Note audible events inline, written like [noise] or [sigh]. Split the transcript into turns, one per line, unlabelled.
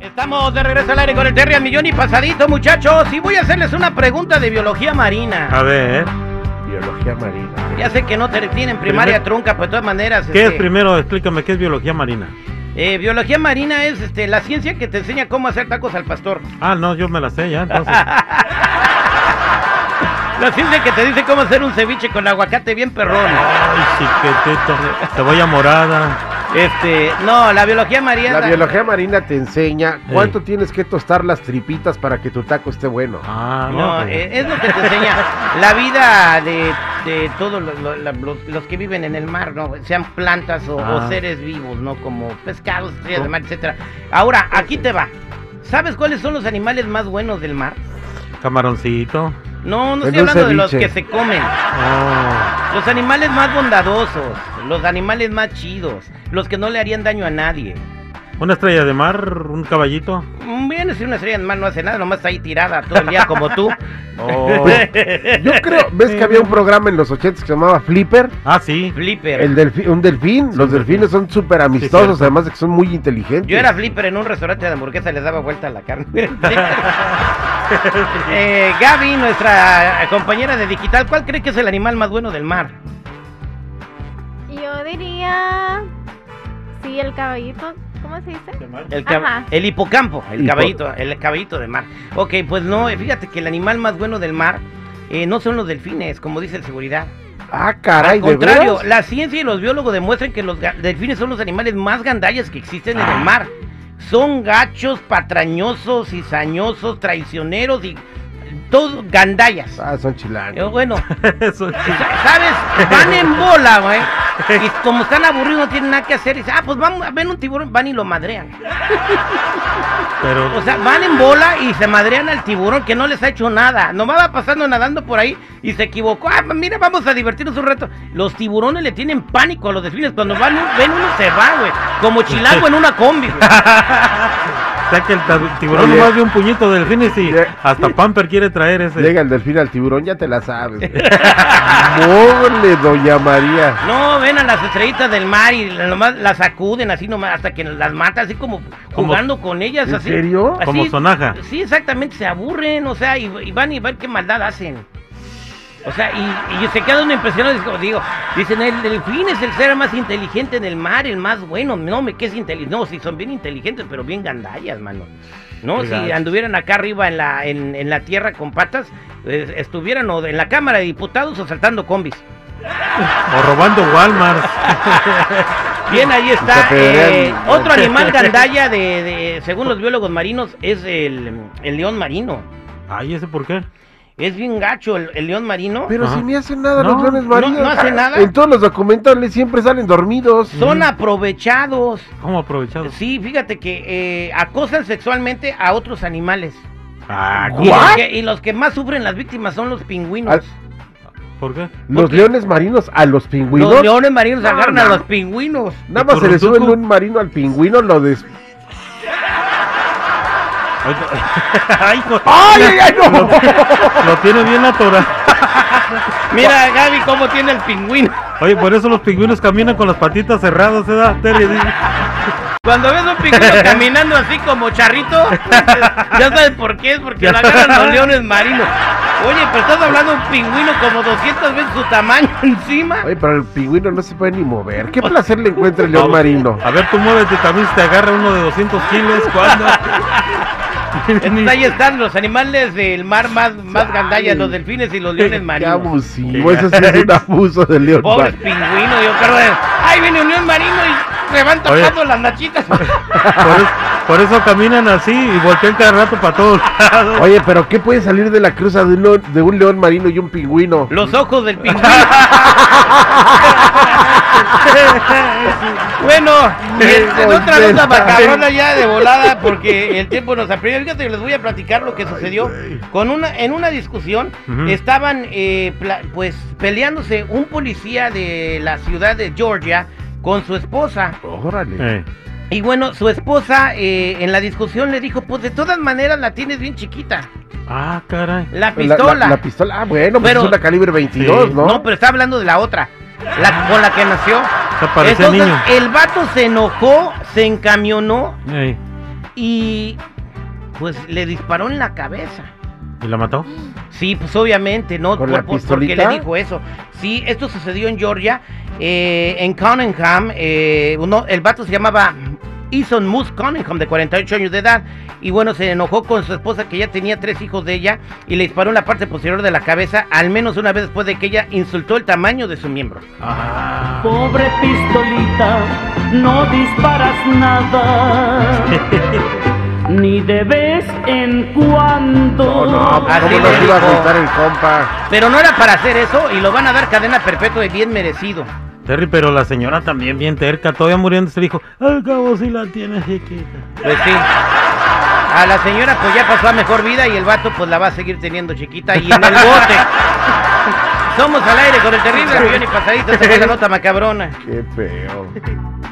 Estamos de regreso al aire con el Terry al millón y pasadito, muchachos. Y voy a hacerles una pregunta de biología marina.
A ver,
Biología marina.
Ya sé que no te- tienen primaria
Primer-
trunca, pero de todas maneras.
¿qué es
este,
primero? Explícame, ¿qué es biología marina?
eh, biología marina es este, la ciencia que te enseña cómo hacer tacos al pastor.
Ah, no, yo me la sé ya,
[laughs]
entonces. Ah.
La ciencia que te dice cómo hacer un ceviche con aguacate bien perrón.
Ay, chiquitito, cebolla morada.
Este, no, la biología marina.
La biología marina te enseña cuánto tienes que tostar las tripitas para que tu taco esté bueno.
Ah,
No,
pues.
eh, es lo que te enseña la vida de, de todos los, los- la- los- los que viven en el mar, ¿no? Sean plantas o, o
Ah.
seres vivos, ¿no? Como pescados, estrellas de mar, etcétera. Ahora, aquí te va. ¿Sabes cuáles son los animales más buenos del mar?
Camaroncito.
No, no
En
estoy
un
hablando de los
ceviche.
que se comen.
Oh,
Los animales más bondadosos, los animales más chidos, los que no le harían daño a nadie.
una estrella de mar, un caballito.
Mm, Bien, si una estrella de mar no hace nada, nomás está ahí tirada todo el día como tú.
[laughs] Oh.
[laughs]
Yo creo, ves que había un programa en los 80 que se llamaba Flipper.
Ah, sí. [laughs]
Flipper.
El delfi- un delfín, los delfines son súper amistosos,
cierto.
además de que son muy inteligentes.
Yo era flipper en un restaurante de hamburguesa, les daba vuelta a la carne. [laughs] Eh, Gaby, nuestra compañera de digital, ¿cuál cree que es el animal más bueno del mar?
Yo diría. Sí, el caballito. ¿Cómo se dice?
El, cab-
Ajá.
el hipocampo, el
Hipo-
caballito, el caballito de mar. Ok, pues no, eh, fíjate que el animal más bueno del mar eh, no son los delfines, como dice el seguridad.
Ah, caray,
Al
de
contrario,
veras?
la ciencia y los biólogos demuestran que los ga- delfines son los animales más gandallas que existen en
Ah.
el mar. Son gachos, patrañosos, cizañosos, traicioneros y todos gandallas.
Ah, son
Eh,
chilangos.
bueno,
Eso sí.
¿sabes? Van en bola, güey. Y como están aburridos, no tienen nada que hacer. Y dicen, ah, pues vamos, ven un tiburón, van y lo madrean.
Pero
O sea, van en bola y se madrean al tiburón que no les ha hecho nada. Nomás va pasando nadando por ahí y se equivocó. Ah, mira, vamos a divertirnos un rato. Los tiburones le tienen pánico a los delfines. Cuando van, ven uno se va, güey. Como chilango en una combi, güey.
saca el tab- tiburón
Oye.
nomás de un puñito del delfines y
Llega-
hasta Pamper quiere traer ese.
Llega el delfín al tiburón, ya te la sabes.
[laughs]
güey. Mole, doña María.
No, ven a las estrellitas del mar y la- nomás las sacuden así nomás hasta que las mata, así como
Como-
jugando con ellas.
¿En
así,
serio?
Así-
Como sonaja.
Sí, exactamente, se aburren, o sea, y, y van y ver qué maldad hacen. O sea, y, y se quedan impresionados, como digo, dicen, el delfín es el ser más inteligente en el mar, el más bueno, no, me que es inteligente, no, sí, son bien inteligentes, pero bien gandallas, mano. No,
Qué
si
gacho.
anduvieran acá arriba en la, en, en la tierra con patas, eh, estuvieran o en la Cámara de Diputados o saltando combis.
O robando Walmart.
Bien, ahí está.
Se pelean.
eh,
[laughs]
otro animal gandalla, de, de- según los biólogos marinos, es el, el león marino.
Ay, ¿ese por qué?
Es bien gacho el, el león marino.
Pero
Ajá.
si ni hacen nada
No,
los leones
no-
marinos. Ah,
no hacen nada.
En todos los documentales siempre salen dormidos.
Son aprovechados.
¿Cómo aprovechado?
Sí, fíjate que eh, acosan sexualmente a otros animales.
Ah,
Y
¿cómo?
los, que, y los que más sufren las víctimas son los
Al-
pingüinos.
¿Por qué?
Los leones marinos a los pingüinos.
Los leones marinos
No,
agarran a
no.
los pingüinos.
Nada más se le
Corrutuco.
suben un marino al pingüino, lo des. [laughs]
Ay, hijo,
¡Ay, ay, ay, no!
Lo tiene bien la tora.
Mira, Gaby, cómo tiene el pingüino.
Oye, por eso los pingüinos caminan con las patitas cerradas, ¿verdad, Terry?
Cuando ves un pingüino caminando así como charrito, ya sabes por qué es, porque lo agarran los leones marinos. Oye, pero estás hablando de un pingüino como 200 veces su tamaño [laughs] encima.
Ay, pero el pingüino no se puede ni mover. ¿Qué placer le encuentra el león marino?
A ver, tú muévete también si te agarra uno de 200 kilos.
[laughs]
¿Cuándo?
Entonces, ahí están los animales del mar más, más gandallas, los delfines y los leones
Qué
marinos.
abusivo, eso sí es un abuso del león
Pobres
marino.
pingüinos, yo creo. de- Ahí viene un león marino y se van
Oye.
tocando las nachitas.
Por, es- por eso caminan así y voltean cada rato para todos lados.
Oye, pero ¿qué puede salir de la cruza de un león, de un león marino y un pingüino?
Los ojos del pingüino. [laughs] bueno, y este, no traemos la macabrona ya de volada porque el tiempo nos apremia. Fíjate que les voy a platicar lo que sucedió. Con una, en una discusión
Ujú.
estaban eh, pla- pues peleándose un policía de la ciudad de Georgia con su esposa.
Órale.
Eh,
Y bueno, su esposa eh, en la discusión le dijo, pues de todas maneras la tienes bien chiquita.
Ah, caray.
La
La-
pistola.
La, la pistola, ah, bueno, pues
Pero-
es una calibre 22,
Sí.
¿no?
No, pero está hablando de la otra, la, con la que nació.
Se parece
Entonces,
niño.
el vato se enojó, se encamionó
Eh,
y, y pues le disparó en la cabeza.
¿Y la mató?
Sí, pues obviamente, ¿no?
¿Con
Por-
la
por- porque
pistolita?
le dijo eso. Sí, esto sucedió en Georgia, eh, en Cunningham. eh, uno, el vato se llamaba Eason Moose Cunningham, de 48 años de edad. Y bueno, se enojó con su esposa, que ya tenía tres hijos de ella, y le disparó en la parte posterior de la cabeza, al menos una vez después de que ella insultó el tamaño de su miembro.
Ah.
Pobre pistolita, no disparas
[laughs]
nada. Ni de vez en
No,
cuando.
no,
Así
¿cómo
le
nos iba a
dijo.
gritar el compa?
Pero no era para hacer eso, y lo van a dar cadena perpetua de bien merecido.
Terry, pero la señora también bien terca, todavía muriéndose dijo, al cabo si la tienes chiquita.
Pues sí. A la señora pues ya pasó a mejor vida y el vato pues la va a seguir teniendo chiquita y en el bote. Somos al aire con el terrible avión y pasadito, se fue la nota macabrona.
Qué feo.